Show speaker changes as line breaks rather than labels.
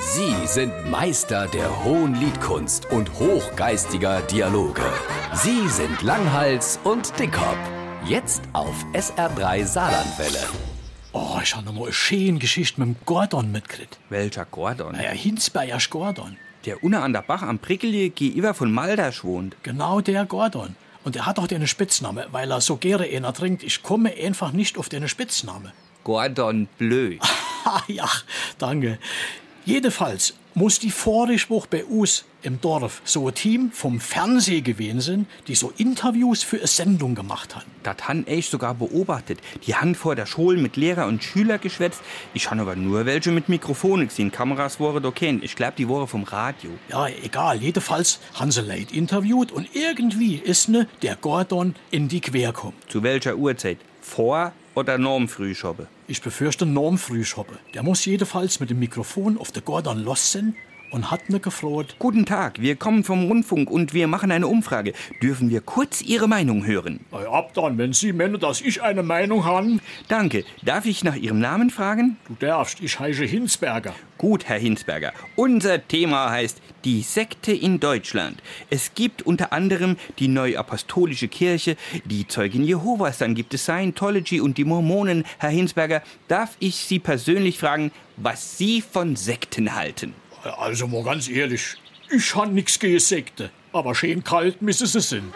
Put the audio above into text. Sie sind Meister der hohen Liedkunst und hochgeistiger Dialoge. Sie sind Langhals und Dickhop. Jetzt auf SR3 Saarlandwelle.
Oh, ich habe nochmal eine schöne Geschichte mit dem Gordon mitgekriegt.
Welcher Gordon?
Naja, Hinsbergers Gordon.
Der unten an der Bach am Prickelje gegenüber von Maldersch wohnt.
Genau der Gordon. Und er hat auch den Spitznamen, weil er so gerne einer trinkt. Ich komme einfach nicht auf den Spitznamen.
Gordon Bleu.
Ha, ja, danke. Jedenfalls muss die vorige Woche bei uns im Dorf so ein Team vom Fernsehen gewesen sein, die so Interviews für eine Sendung gemacht haben.
Das han ich sogar beobachtet. Die han vor der Schule mit Lehrer und Schüler geschwätzt. Ich han aber nur welche mit Mikrofone gesehen. Kameras waren doch kein. Ich glaub, die waren vom Radio.
Ja, egal. Jedenfalls haben sie Leute interviewt und irgendwie ist ne der Gordon in die Quer kommt.
Zu welcher Uhrzeit? Vor oder norm Frühschoppe?
Ich befürchte Norm Frühschoppe. Der muss jedenfalls mit dem Mikrofon auf der Gordon los sein und hat ne gefroht.
Guten Tag, wir kommen vom Rundfunk und wir machen eine Umfrage. Dürfen wir kurz Ihre Meinung hören?
Ab dann, wenn Sie meinen, dass ich eine Meinung habe,
Danke. Darf ich nach Ihrem Namen fragen?
du darfst, ich heiße Hinsberger.
Gut, Herr Hinsberger. Unser Thema heißt die Sekte in Deutschland. Es gibt unter anderem die Neuapostolische Kirche, die Zeugen Jehovas, dann gibt es Scientology und die Mormonen. Herr Hinsberger, darf ich Sie persönlich fragen, was Sie von Sekten halten?
Also mal ganz ehrlich, ich han nix gegen Sekte. Aber schön kalt müssen sie sind.